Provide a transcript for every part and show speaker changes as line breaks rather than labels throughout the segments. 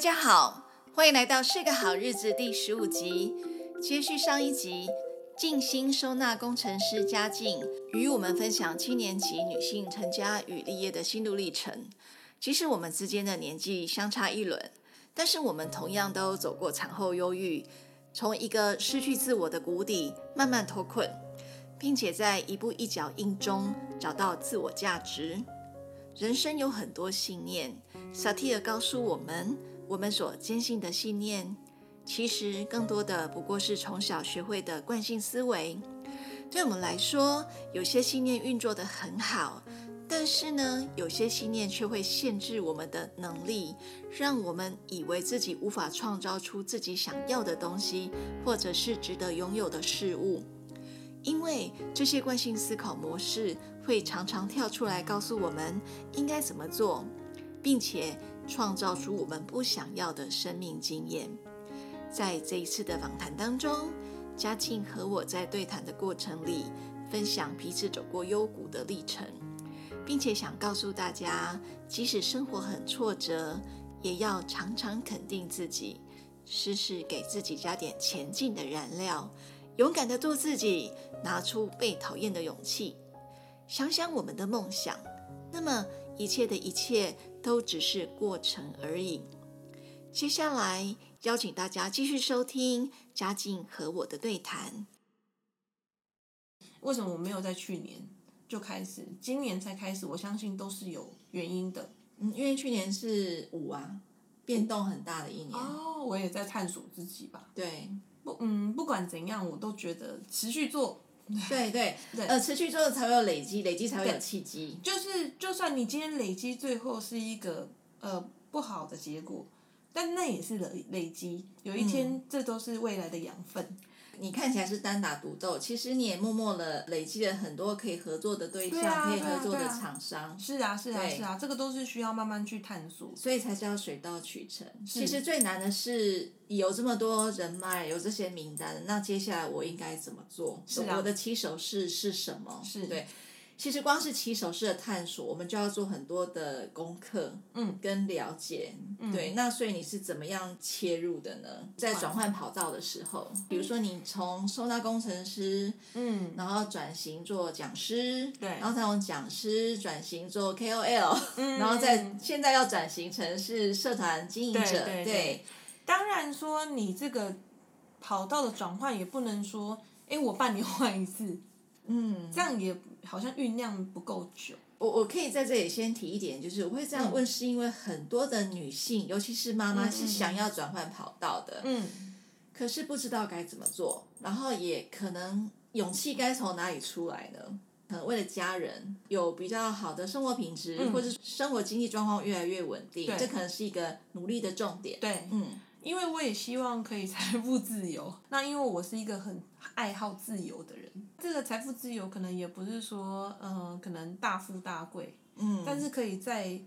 家好，欢迎来到《是个好日子》第十五集。接续上一集，静心收纳工程师嘉靖与我们分享七年级女性成家与立业的心路历程。即使我们之间的年纪相差一轮，但是我们同样都走过产后忧郁，从一个失去自我的谷底慢慢脱困，并且在一步一脚印中找到自我价值。人生有很多信念，萨提尔告诉我们，我们所坚信的信念，其实更多的不过是从小学会的惯性思维。对我们来说，有些信念运作得很好，但是呢，有些信念却会限制我们的能力，让我们以为自己无法创造出自己想要的东西，或者是值得拥有的事物。因为这些惯性思考模式会常常跳出来告诉我们应该怎么做，并且创造出我们不想要的生命经验。在这一次的访谈当中，嘉靖和我在对谈的过程里，分享彼此走过幽谷的历程，并且想告诉大家，即使生活很挫折，也要常常肯定自己，时时给自己加点前进的燃料，勇敢的做自己，拿出被讨厌的勇气。想想我们的梦想，那么一切的一切都只是过程而已。接下来邀请大家继续收听嘉靖和我的对谈。
为什么我没有在去年就开始，今年才开始？我相信都是有原因的。
嗯，因为去年是五啊，变动很大的一年。
哦，我也在探索自己吧。
对，
不，嗯，不管怎样，我都觉得持续做，
对 对
对
呃，持续做才会有累积，累积才会有
对
契机。
就是就算你今天累积最后是一个呃不好的结果，但那也是累累积，有一天、
嗯
这都是未来的养分。
你看起来是单打独斗，其实你也默默的累积了很多可以合作的对象，
对啊
可以
对啊
合作的
对啊
厂商。
是啊，是啊，
对
是啊，这个都是需要慢慢去探索。
所以才叫水到渠成。其实最难的是有这么多人脉，有这些名单，那接下来我应该怎么做？
是啊
我的起手式是什么？
是
对。其实光是起手式的探索，我们就要做很多的功课，
嗯，
跟了解，对。那所以你是怎么样切入的呢？在转换跑道的时候，比如说你从收纳工程师，
嗯，
然后转型做讲师，
对
然后再从讲师转型做 KOL，、然后再现在要转型成是社团经营者，
嗯对对对当然说你这个跑道的转换也不能说，哎，我半年换一次，
嗯，
这样也好像酝酿不够久。
我我可以在这里先提一点，就是我会这样问，是因为很多的女性，尤其是妈妈，
嗯
是想要转换跑道的，
嗯，
可是不知道该怎么做，然后也可能勇气该从哪里出来呢？可能为了家人有比较好的生活品质，
嗯
或者是生活经济状况越来越稳定，
对
这可能是一个努力的重点。
对，
嗯，
因为我也希望可以财富自由。那因为我是一个很爱好自由的人，这个财富自由可能也不是说，呃，可能大富大贵，
嗯，
但是可以在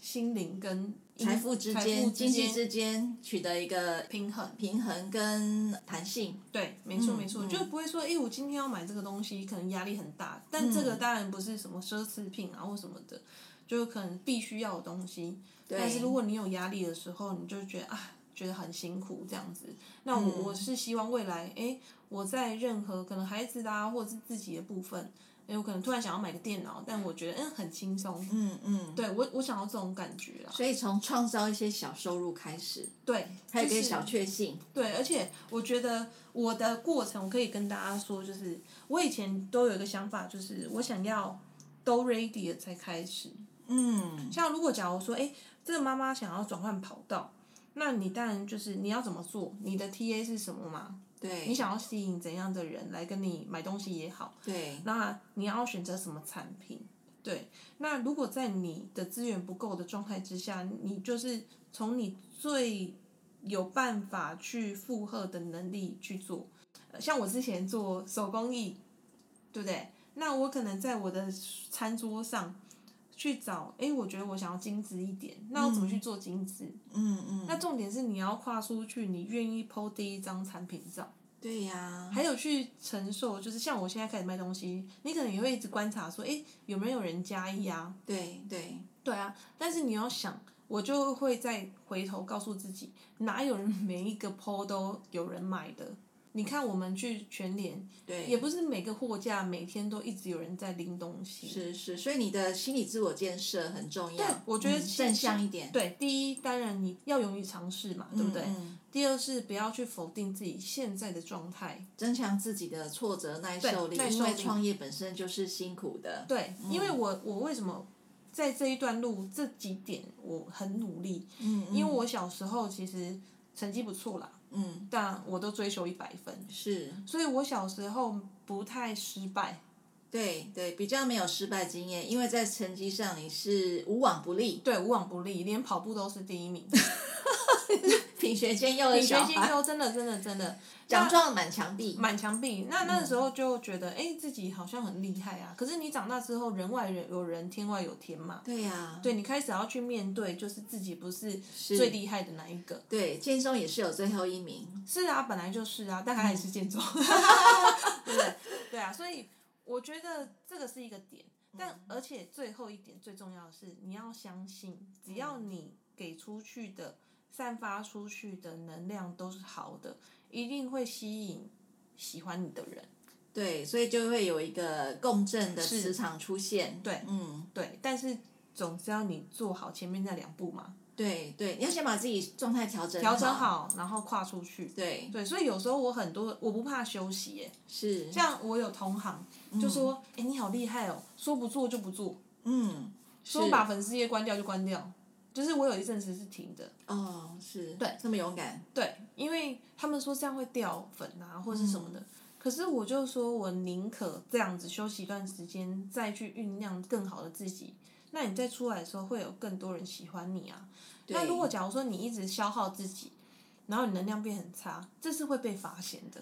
心灵跟
财富之
财富
间、经济
间
之间取得一个
平衡。
平衡跟弹性。
对，没错
嗯
没错，
嗯
就不会说，哎、我今天要买这个东西，可能压力很大。但这
嗯
个当然不是什么奢侈品啊或什么的，就可能必须要的东西。但是如果你有压力的时候，你就觉得啊，觉得很辛苦这样子。那我、
嗯
我是希望未来，诶，我在任何可能孩子啦、或者是自己的部分，诶，我可能突然想要买个电脑，但我觉得嗯很轻松。
嗯嗯，
对我，我想要这种感觉啦。
所以从创造一些小收入开始，
对，
还有一
就
些
是
小确幸。
对，而且我觉得我的过程，我可以跟大家说，就是我以前都有一个想法，就是我想要都 ready 了才开始。
嗯
像如果假如说，哎、这个妈妈想要转换跑道，那你当然就是你要怎么做，你的 TA 是什么嘛？
对，
你想要吸引怎样的人来跟你买东西也好，
对，
那你要选择什么产品？对，那如果在你的资源不够的状态之下，你就是从你最有办法去负荷的能力去做。呃像我之前做手工艺，对不对？那我可能在我的餐桌上去找，诶，我觉得我想要精致一点，那我怎么去做精致？
嗯嗯，
那重点是你要跨出去，你愿意 PO 第一张产品照。
对呀，
还有去承受，就是像我现在开始卖东西，你可能也会一直观察说，诶，有没有人加一啊？
对对，
对啊，但是你要想，我就会再回头告诉自己，哪有人每一个 PO 都有人买的？你看我们去全联，也
对，
不是每个货架每天都一直有人在拎东西。
是是，所以你的心理自我建设很重要。
对我觉得
嗯
现
正向一点，
对，第一当然你要勇于尝试嘛，对不对？
嗯
第二是不要去否定自己现在的状态，
增强自己的挫折耐受力，
对耐
因
受
为
力
创业本身就是辛苦的。
对，因为我我为什么在这一段路这几点我很努力，
嗯，嗯
因为我小时候其实成绩不错啦，
嗯
但我都追求一百分，
是
所以我小时候不太失败，
对对，比较没有失败经验，因为在成绩上你是无往不利，
对，无往不利，连跑步都是第一 名，
品学兼优的
品
小
学兼
孩，
优，真的真的真的，
奖状满墙壁。
满墙壁。那那时候就觉得，哎、自己好像很厉害啊。可是你长大之后，人外人有人，天外有天嘛。
对呀、
对你开始要去面对，就是自己不是
是
最厉害的那一个。
对，建中也是有最后一名，
是啊，本来就是啊，但他也是建中，对不 对？对啊，所以我觉得这个是一个点，但而且最后一点最重要的是，你要相信，只要你给出去的、散发出去的能量都是好的，一定会吸引喜欢你的人。
对，所以就会有一个共振的
是
磁场出现。
对
嗯，
对，但是总是要你做好前面那两步嘛，
对对，你要先把自己状态调整
调整。好，然后跨出去。
对，
对，所以有时候我很多我不怕休息耶，
是，
像我有同行就说：“哎、你好厉害哦，说不做就不做，
嗯，
说
是
把粉丝页关掉就关掉。”就是我有一阵子是停的，
哦，是，
对，
这么勇敢，
对，因为他们说这样会掉粉啊，或是什么的。
嗯
可是我就说，我宁可这样子休息一段时间，再去酝酿更好的自己。那你再出来的时候，会有更多人喜欢你啊。那
对
如果假如说你一直消耗自己，然后你能量变很差，这是会被发现的。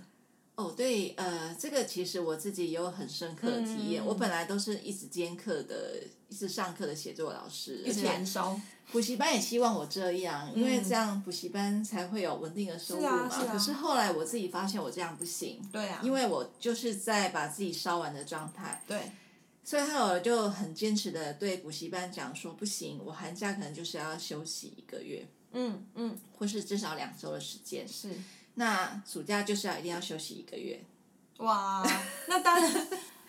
哦，对，呃，这个其实我自己也有很深刻的体验。
嗯
我本来都是一直兼课的，一直上课的写作老师，而
一
且
直燃烧，
补习班也希望我这样，因为这样补习班才会有稳定的收入
是
嘛。
啊嗯是啊
可是后来我自己发现我这样不行，
对啊，
因为我就是在把自己烧完的状态，
对
所以后来我就很坚持的对补习班讲说，不行，我寒假可能就是要休息一个月，
嗯嗯，
或是至少两周的时间。
是
那暑假就是要一定要休息一个月。
哇，那当然，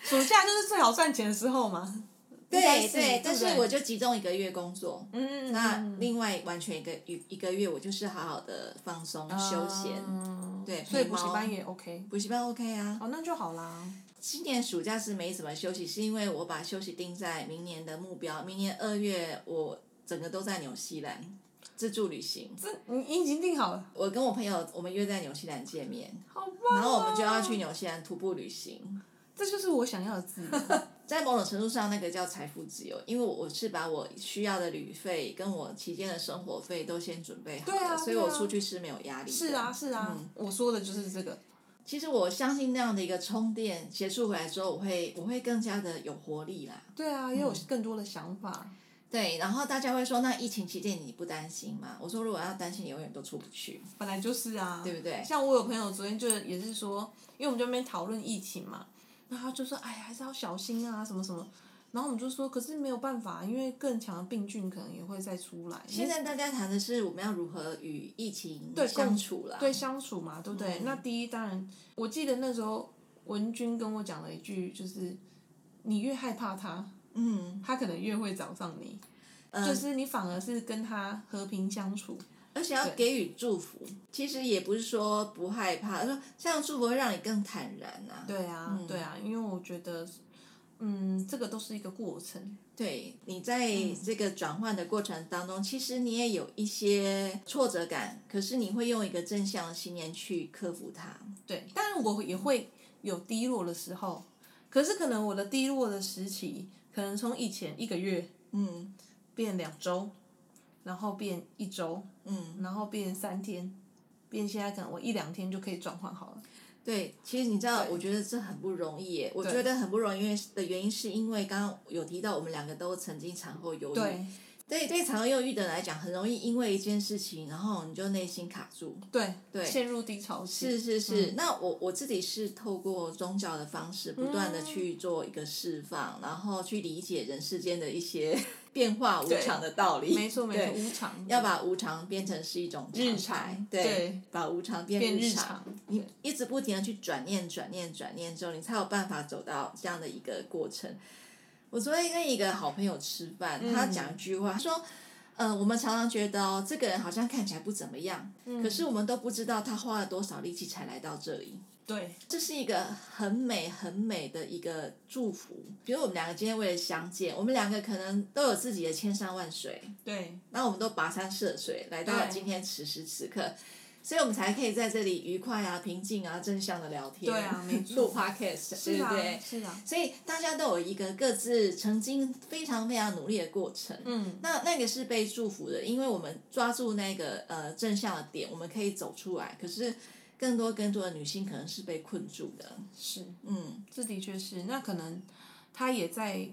暑假就是最好赚钱的时候嘛。
对
该是
对
对，
但
不
是
对
我就集中一个月工作，
嗯，
那
嗯
另外完全一个一一个月我就是好好的放松休闲。
嗯
对
所以
陪
补习
猫
班也 OK。
补习班 OK 啊，
哦，那就好啦。
今年暑假是没什么休息，是因为我把休息定在明年的目标，明年二月我整个都在纽西兰自助旅行。
这你你已经定好了，
我跟我朋友，我们约在纽西兰见面，
好棒、
然后我们就要
哦
去，纽西兰徒步旅行。
这就是我想要的自由。
在某种程度上，那个叫财富自由，因为我是把我需要的旅费跟我期间的生活费都先准备好
对
了，
啊
所以我
对啊
出去是没有压力的。
是啊，是
嗯
啊，我说的就是这个。
其实我相信那样的一个充电结束回来之后，我会我会更加的有活力啦。
对啊，也有更多的想法。
对，然后大家会说，那疫情期间你不担心吗？我说，如果要担心，你永远都出不去。
本来就是啊，对
不对
像我有朋友昨天就也是说，因为我们就在那边讨论疫情嘛，然后他就说，哎呀，还是要小心啊，什么什么。然后我们就说，可是没有办法，因为更强的病菌可能也会再出来。
现在大家谈的是我们要如何与疫情
对
相
共
处啦。
对相处嘛，对不
嗯
对？那第一当然，我记得那时候文君跟我讲了一句，就是你越害怕他，
嗯，呃
他可能越会找上你，就是你反而是跟他和平相处。
而且要
对
给予祝福。其实也不是说不害怕，而是说这样祝福会让你更坦然啊。
对啊，对啊，因为我觉得，嗯，这个都是一个过程。
对，你在
嗯
这个转换的过程当中，其实你也有一些挫折感，可是你会用一个正向的信念去克服它。
对，当然我也会有低落的时候，可是可能我的低落的时期，可能从以前一个月
嗯
变两周，然后变一周，
嗯，
然后变三天，变现在可能我一两天就可以转换好了。
对，其实你知道，
对
我觉得这很不容易耶。我
对
觉得很不容易，因为的原因是因为刚刚有提到，我们两个都曾经产后忧郁。
对
对对，产后忧郁的人来讲，很容易因为一件事情，然后你就内心卡住。
对
对
陷入低潮期嗯
是是是，那我我自己是透过宗教
嗯
的方式，不断的去做一个释放，然后去理解人世间的一些 变化无常的道理。
没错没
对
错，无常
要把无常变成是一种
日
态
常
对，
对
把无常变
变
日
日
常，
常，
你
对
一直不停的去转念、转念、转念之后，你才有办法走到这样的一个过程。我昨天跟一个好朋友吃饭，
嗯
他讲一句话，他说：“嗯，我们常常觉得哦，这个人好像看起来不怎么样，
嗯
可是我们都不知道他花了多少力气才来到这里。”
对
这是一个很美很美的一个祝福。比如我们两个今天为了相见，我们两个可能都有自己的千山万水，
对
那我们都跋山涉水来到
对
今天此时此刻，所以我们才可以在这里愉快啊、平静啊、正向的聊天，
对啊没错
录 podcast，对
是
不
啊
对？
是啊，
所以大家都有一个各自曾经非常非常努力的过程，
嗯
那那个是被祝福的，因为我们抓住那个呃正向的点，我们可以走出来。可是更多更多的女性可能是被困住的，
是。
嗯，
这的确是，那可能他也在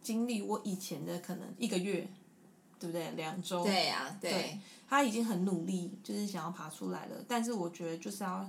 经历我以前的可能一个月，对不对？两周，
对呀、对，
对他已经很努力，就是想要爬出来了。但是我觉得就是要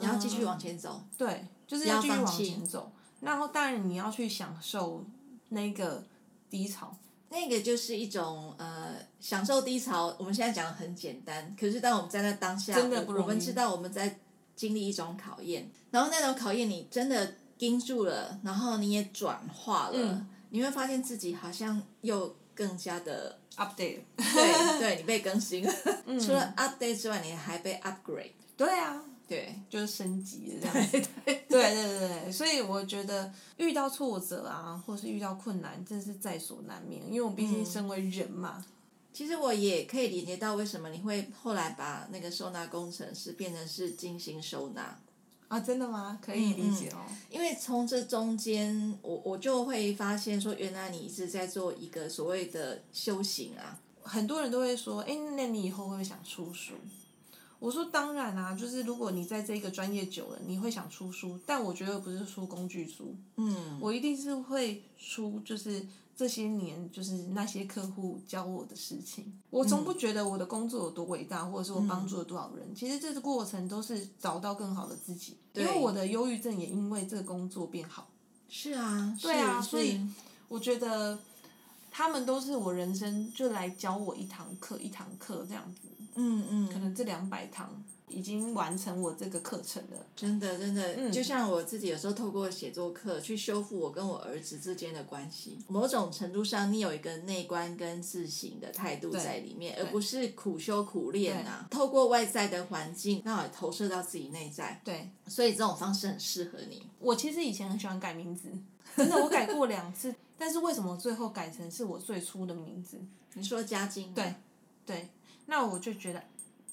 然后继
嗯
续往前走，
对，就是
不要
要继续
放
往
弃
前走。然后当然你要去享受那个低潮，
那个就是一种呃享受低潮。我们现在讲的很简单，可是当我们在那当下，
真的不
我
容易
我们知道我们在经历一种考验，然后那种考验你真的盯住了，然后你也转化了，
嗯
你会发现自己好像又更加 的
update，
对，对你被更新了。
嗯
除了 update 之外，你还被 upgrade。
对啊，
对，
就是升级了这样子。对 对对对，所以我觉得遇到挫折啊，或是遇到困难，真是在所难免，因为我们毕竟身为人嘛。
其实我也可以连接到为什么你会后来把那个收纳工程师变成是精心收纳，
啊，真的吗？可以理解哦。
因为从这中间，我我就会发现说，原来你一直在做一个所谓的修行啊。
很多人都会说，哎、那你以后会不会想出书？我说当然啊，就是如果你在这个专业久了，你会想出书，但我觉得不是出工具书，
嗯，
我一定是会出，就是这些年就是那些客户教我的事情。我从不觉得我的工作有多伟大，或者是我帮助了多少人，其实这个过程都是找到更好的自己。因为
对
我的忧郁症也因为这个工作变好。
是啊，
对啊
是
所以
是
我觉得他们都是我人生就来教我一堂课一堂课这样子，
嗯嗯，
可能这两百堂已经完成我这个课程了。
真的真的，
嗯
就像我自己有时候透过写作课去修复我跟我儿子之间的关系，某种程度上，你有一个内观跟自省的态度
对
在里面，而
对
不是苦修苦练啊。透过外在的环境，让我投射到自己内在，
对
所以这种方式很适合你。
我其实以前很喜欢改名字， 真的我改过两次， 但是为什么最后改成是我最初的名字？
你说家境，
对对，那我就觉得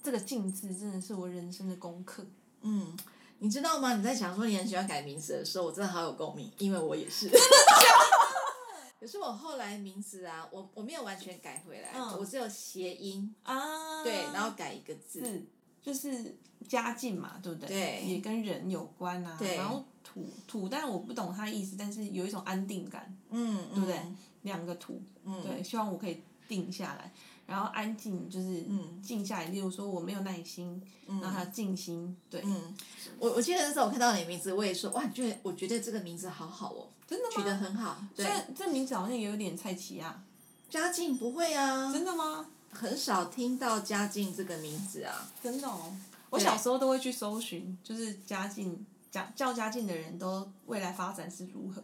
这个“静”字真的是我人生的功课。
嗯。你知道吗？你在讲说你很喜欢改名字的时候，我真的好有共鸣，因为我也是。 可是我后来名字啊，我我没有完全改回来，
嗯
我只有谐音，
啊
对，然后改一个字，
字就是家境嘛，对不对？
对
也跟人有关啊。
对
然后土土，但我不懂它意思，但是有一种安定感，
嗯，
对不对？
嗯
两个土，
嗯
对，希望我可以定下来，然后安静就是
嗯
静下来。例如说我没有耐心，然后还有静心，对，
嗯，我我记得那时候我看到你的名字，我也说哇，觉得我觉得这个名字好好哦，
真的
取得
吗？
很好。对，
这这名字好像也有点蔡奇啊，
嘉靖不会啊，
真的吗？
很少听到嘉靖这个名字啊。
真的哦，我
对啊
小时候都会去搜寻，就是家境。家较家境的人都未来发展是如何？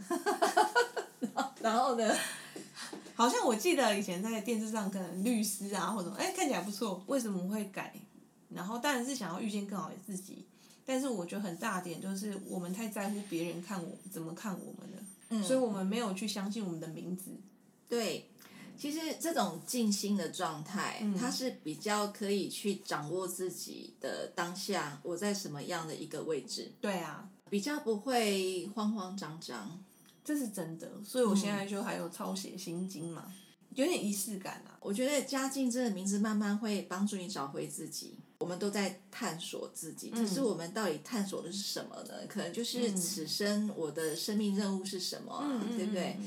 然后 呢，
好像我记得以前在电视上，可能律师啊或者什么，哎、看起来不错，为什么会改？然后当然是想要遇见更好的自己，但是我觉得很大点就是我们太在乎别人看我怎么看我们了，
嗯
所以我们没有去相信我们的名字。
对，其实这种静心的状态，
嗯
它是比较可以去掌握自己的当下，我在什么样的一个位置，
对啊，
比较不会慌慌张张。
这是真的，所以我现在就还有抄写心经嘛，有点仪式感啊。
我觉得嘉靖这个名字慢慢会帮助你找回自己。我们都在探索自己，可
嗯
是我们到底探索的是什么呢？可能就是此生我的生命任务是什么啊，对不对？
嗯？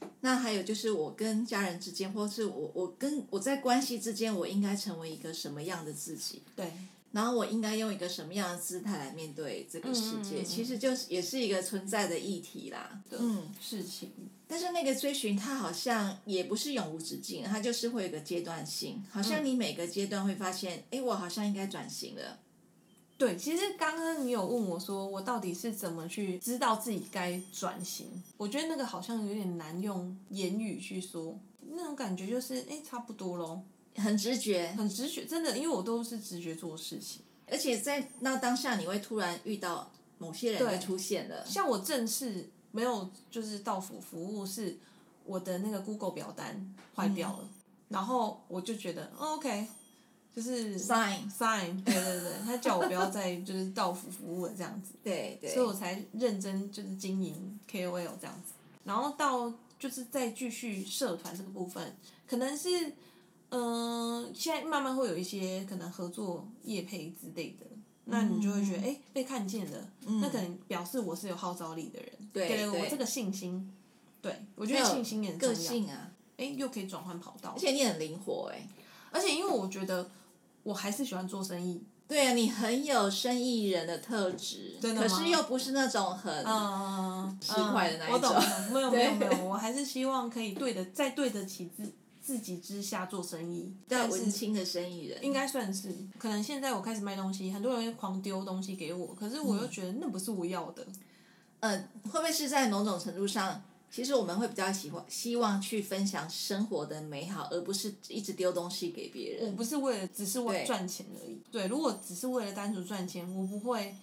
嗯
那还有就是我跟家人之间，或是我我跟我在关系之间，我应该成为一个什么样的自己？
对，
然后我应该用一个什么样的姿态来面对这个世界？
嗯嗯嗯
其实就是也是一个存在的议题啦。嗯，
事情，
但是那个追寻它好像也不是永无止境，它就是会有一个阶段性，好像你每个阶段会发现，哎、我好像应该转型了。
对，其实刚刚你有问我说，我到底是怎么去知道自己该转型？我觉得那个好像有点难用言语去说，那种感觉就是，哎，差不多咯，
很直觉，
很直觉，真的，因为我都是直觉做事情。
而且在那当下，你会突然遇到某些人
对
就出现了，
像我正式没有就是到府服务，是我的那个 Google 表单坏掉了，然后我就觉得、哦、OK，就是
sign，
sign，对对对，他叫我不要再就是到府服务了这样子。
对对，
所以我才认真就是经营 KOL 这样子，然后到就是再继续社团这个部分，可能是嗯、呃现在慢慢会有一些可能合作业配之类的，那你就会
嗯
觉得哎、诶被看见了，那可能表示我是有号召力的人，
对
给了我
对
这个信心，对我觉得
还有
信心也很重
个
要，哎、
性啊，
又可以转换跑道
而，且你很灵活哎、
而且因为我觉得我还是喜欢做生意，
对啊，你很有生意人的特质，
真的
可
吗
是又不是那种很、
嗯，
十块的那一
我懂，
种
我 懂没有没有没
对
有，我还是希望可以对的，在对得起自自己之下做生意，
对
但
文
是
青的生意人，
应该算是，可能现在我开始卖东西，很多人会狂丢东西给我，可是我
嗯
又觉得那不是我要的，
呃，会不会是在某种程度上，其实我们会比较喜欢希望去分享生活的美好，而不是一直丢东西给别
我
人。
不是为了只是为
嗯对
了赚钱而已。对，如果只是为了单纯赚钱，我不会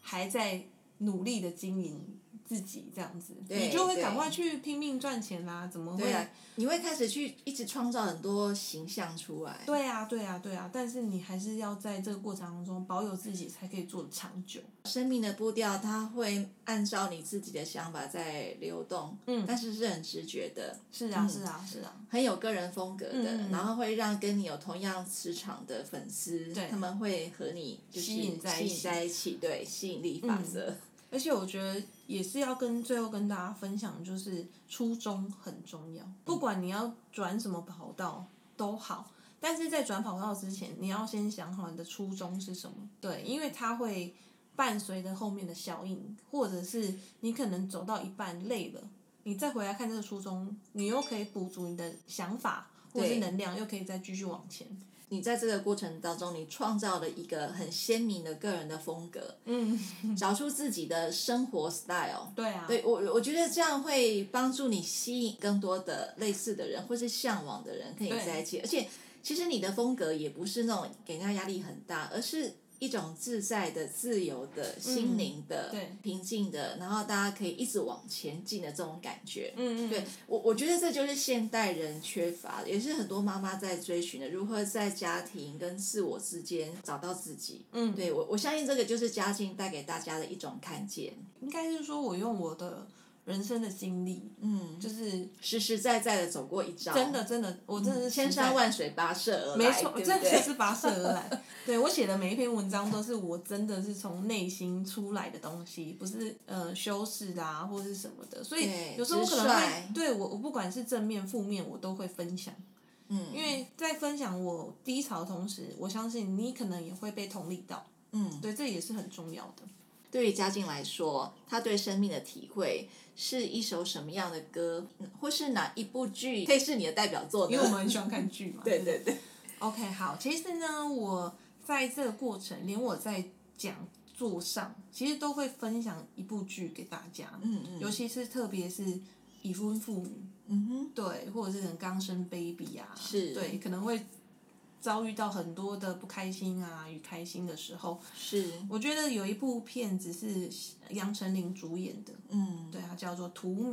还在努力的经营自己这样子，
对
你就会
对
赶快去拼命赚钱啦，怎么会？
对啊，你会开始去一直创造很多形象出来。
对啊，对啊，对啊，但是你还是要在这个过程当中保有自己，才可以做得长久。
生命的步调，它会按照你自己的想法在流动，
嗯
但是是很直觉的，
是啊，是啊，是啊，
很有个人风格的，
嗯嗯嗯
然后会让跟你有同样磁场的粉丝，
对
他们会和你就是
吸引在一起嗯
吸引在一起，对，吸引力法则，
而且我觉得也是要跟最后跟大家分享，就是初衷很重要。不管你要转什么跑道都好，但是在转跑道之前，你要先想好你的初衷是什么。对，因为它会伴随着后面的效应，或者是你可能走到一半累了，你再回来看这个初衷，你又可以补足你的想法或者
对
是能量，又可以再继续往前。
你在这个过程当中，你创造了一个很鲜明的个人的风格，
嗯，
找出自己的生活 style。
对啊，
对我，我觉得这样会帮助你吸引更多的类似的人，或是向往的人跟你
对
在一起。而且，其实你的风格也不是那种给人家压力很大，而是一种自在的、自由的、心灵的、
嗯对
平静的，然后大家可以一直往前进的这种感觉。
嗯嗯，
对我，我觉得这就是现代人缺乏，也是很多妈妈在追寻的，如何在家庭跟自我之间找到自己。
嗯，
对我，我相信这个就是家境带给大家的一种看见。
应该是说我用我的人生的经历，
嗯，
就是
实实在在的走过一遭，
真的真的，我真的是
千
实在
山，万水跋嗯涉而来，
没错，
对不
真的
对？
是跋涉而 来。对我写的每一篇文章都是我真的是从内心出来的东西，不是呃修饰啊或是什么的，所以
对
有时候我
直
可能
率
会对我我不管是正面负面，我都会分享。
嗯
因为在分享我低潮的同时，我相信你可能也会被同理到，
嗯，
对，这也是很重要的。
对于家境来说，他对生命的体会是一首什么样的歌，嗯或是哪一部剧可以是你的代表作呢？
因为我们很喜欢看剧嘛，
对
不
对对，
OK，好，哎其实呢，我在这个过程，连我在讲座上，其实都会分享一部剧给大家，
嗯嗯
尤其是特别是已婚妇女，
嗯哼，
对，或者是很刚生 baby 啊，
是
对，可能会遭遇到很多的不开心啊与开心的时候。
是，
我觉得有一部片子是杨丞琳主演的，
嗯，
对，它叫做《荼蘼》，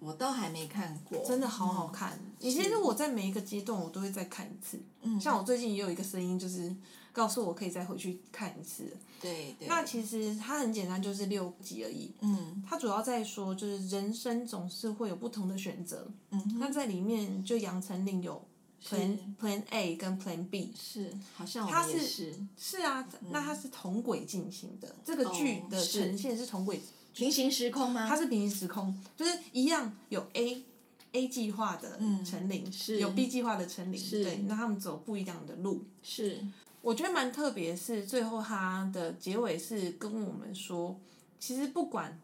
我倒还没看过，
真的好好看。其实我在每一个阶段，我都会再看一次。
嗯
像我最近也有一个声音，就是告诉我可以再回去看一次。
对对，
那其实它很简单，就是六集而已。
嗯
它主要在说，就是人生总是会有不同的选择。
嗯
那
哼，
在里面，就杨丞琳有 Plan Plan A 跟 Plan B。
是，好像我
它
们也
是
是
是啊，那它是同轨进行的。这个剧
哦
的
是
呈现是同轨
平行时空吗？
它是平行时空，就是一样有 A A 计划的
嗯
陈琳，
是
有 B 计划的陈琳，
是
对，那他们走不一样的路。
是，
我觉得蛮特别，是最后他的结尾是跟我们说，其实不管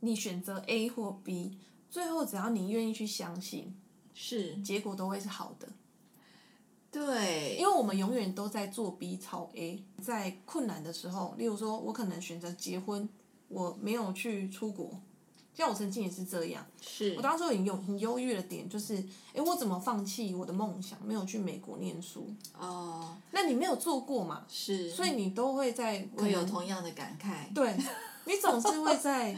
你选择 A 或 B，最后只要你愿意去相信，
是
结果都会是好的。
对，
因为我们永远都在做 B 超 A，在困难的时候，例如说我可能选择结婚，我没有去出国，像我曾经也是这样，
是
我当时很忧很忧郁的点就是，诶，我怎么放弃我的梦想，没有去美国念书？
哦，
那你没有做过嘛？
是，
所以你都会在可
我嗯有
能
同样的感慨，
对，你总是会在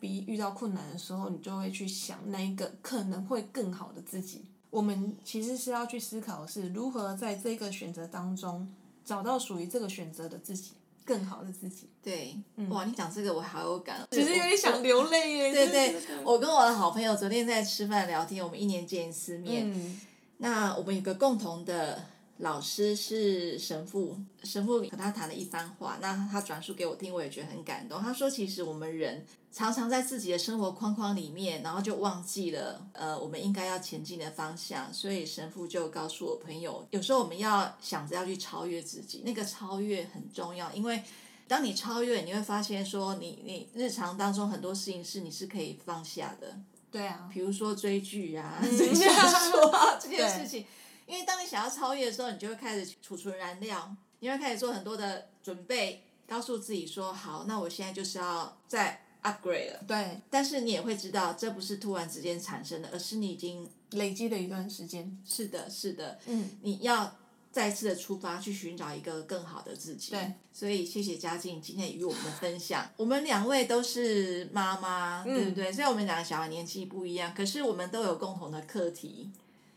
比遇到困难的时候，你就会去想那一个可能会更好的自己。我们其实是要去思考的是如何在这个选择当中找到属于这个选择的自己，更好的自己。
对，哇，你讲这个我好有感，
嗯
哦
其实有点想流泪耶。
对
真
对
的是，
我跟我的好朋友昨天在吃饭聊天，我们一年见一次面。
嗯，
那我们有个共同的老师是神父，神父和他谈了一番话，那他转述给我听，我也觉得很感动。他说，其实我们人常常在自己的生活框框里面，然后就忘记了呃我们应该要前进的方向。所以神父就告诉我朋友，有时候我们要想着要去超越自己，那个超越很重要，因为。当你超越，你会发现说你，你日常当中很多事情是你是可以放下的，
对啊，
比如说追剧啊、 追小说啊这件
对
事情，因为当你想要超越的时候，你就会开始储存燃料，你会开始做很多的准备，告诉自己说：“好，那我现在就是要再 upgrade 了。
对，”
但是你也会知道，这不是突然之间产生的，而是你已经
累积了一段时间。
是的，是的，
嗯，
你要再次的出发，去寻找一个更好的自己。
对，
所以谢谢嘉靖今天与我们的分享。 我们两位都是妈妈，
嗯
对不对？虽然我们两个小孩年纪不一样，可是我们都有共同的课题，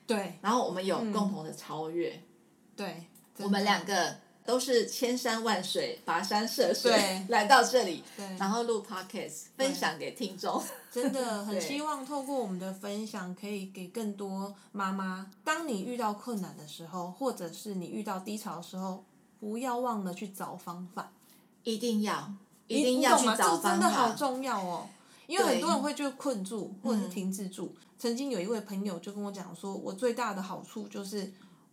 对嗯
然后我们有共同的超越。
对，
我们两个都是千山万水、跋山涉水
对
来到这里，
对
然后录 podcast 分享给听众。
真的很
对
希望透过我们的分享，可以给更多妈妈，当你遇到困难的时候，或者是你遇到低潮的时候，不要忘了去找方法。
一定要，
你
一定要去
你懂吗
找
这真
方
的好
法。
重要哦。因为
对嗯
很多人会就困住或者是停滞住。曾经有一位朋友就跟我讲说，我最大的好处就是，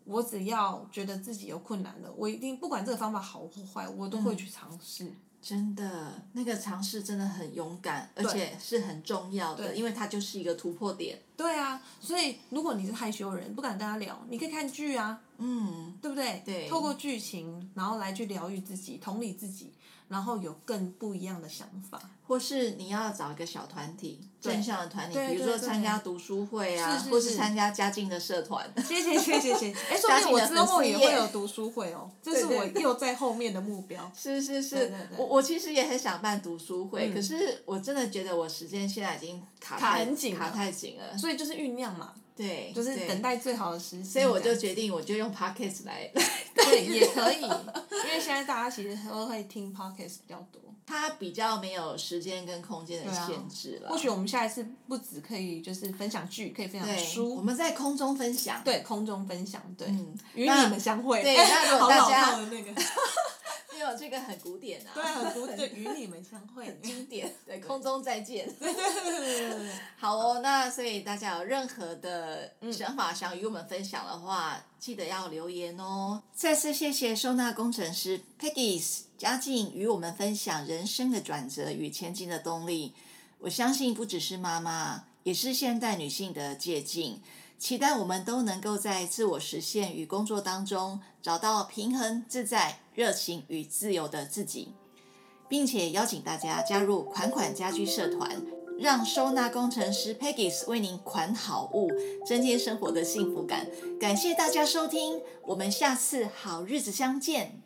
我只要觉得自己有困难了，我一定不管这个方法好或坏，我都
嗯
会去尝试。
真的，那个尝试真的很勇敢，而且是很重要的，
对
因为它就是一个突破点。
对啊，所以如果你是害羞人，不敢跟他聊，你可以看剧啊，
嗯，
对不对？
对
透过剧情，然后来去疗愈自己、同理自己，然后有更不一样的想法。
或是你要找一个小团体，
对
正向的团体，比
对
如说
对对
参加读书会啊，
是是
或是
是
参加家境的社团。
谢谢谢谢 谢谢，哎，说不定我之后也会有读书会哦，这是我又在后面的目标。
是是是，
对对对嗯
我我其实也很想办读书会，可是我真的觉得我时间现在已经卡
卡
太
很紧了
卡太紧了。
所以就是酝酿嘛，
对，
就是
对
等。待最好的时机。
所以我就决定，我就用 podcast 来
对也可以， 因为现在大家其实都会听 podcast 比较多。
它比较没有时间跟空间的
对啊
限制了。
或许我们下一次不止可以就是分享剧，可以分享
对我
书，
们在空中分享。
对空中分享，对
嗯
与
那
你们相会。
对那如果
好
大
老
家
套的那个，
没有这个很古典啊，
对，很多对与你们相会。
经典， 对，空中再见。 好哦，那所以大家有任何的想法想与我们分享的话，记得要留言哦。再次谢谢收纳工程师 Peggy 嘉靖与我们分享人生的转折与前进的动力。我相信不只是妈妈，也是现代女性的借鉴。期待我们都能够在自我实现与工作当中找到平衡、自在、热情与自由的自己。并且邀请大家加入款款家居社团，让收纳工程师 Peggy 为您款好物，增添生活的幸福感。感谢大家收听，我们下次好日子相见，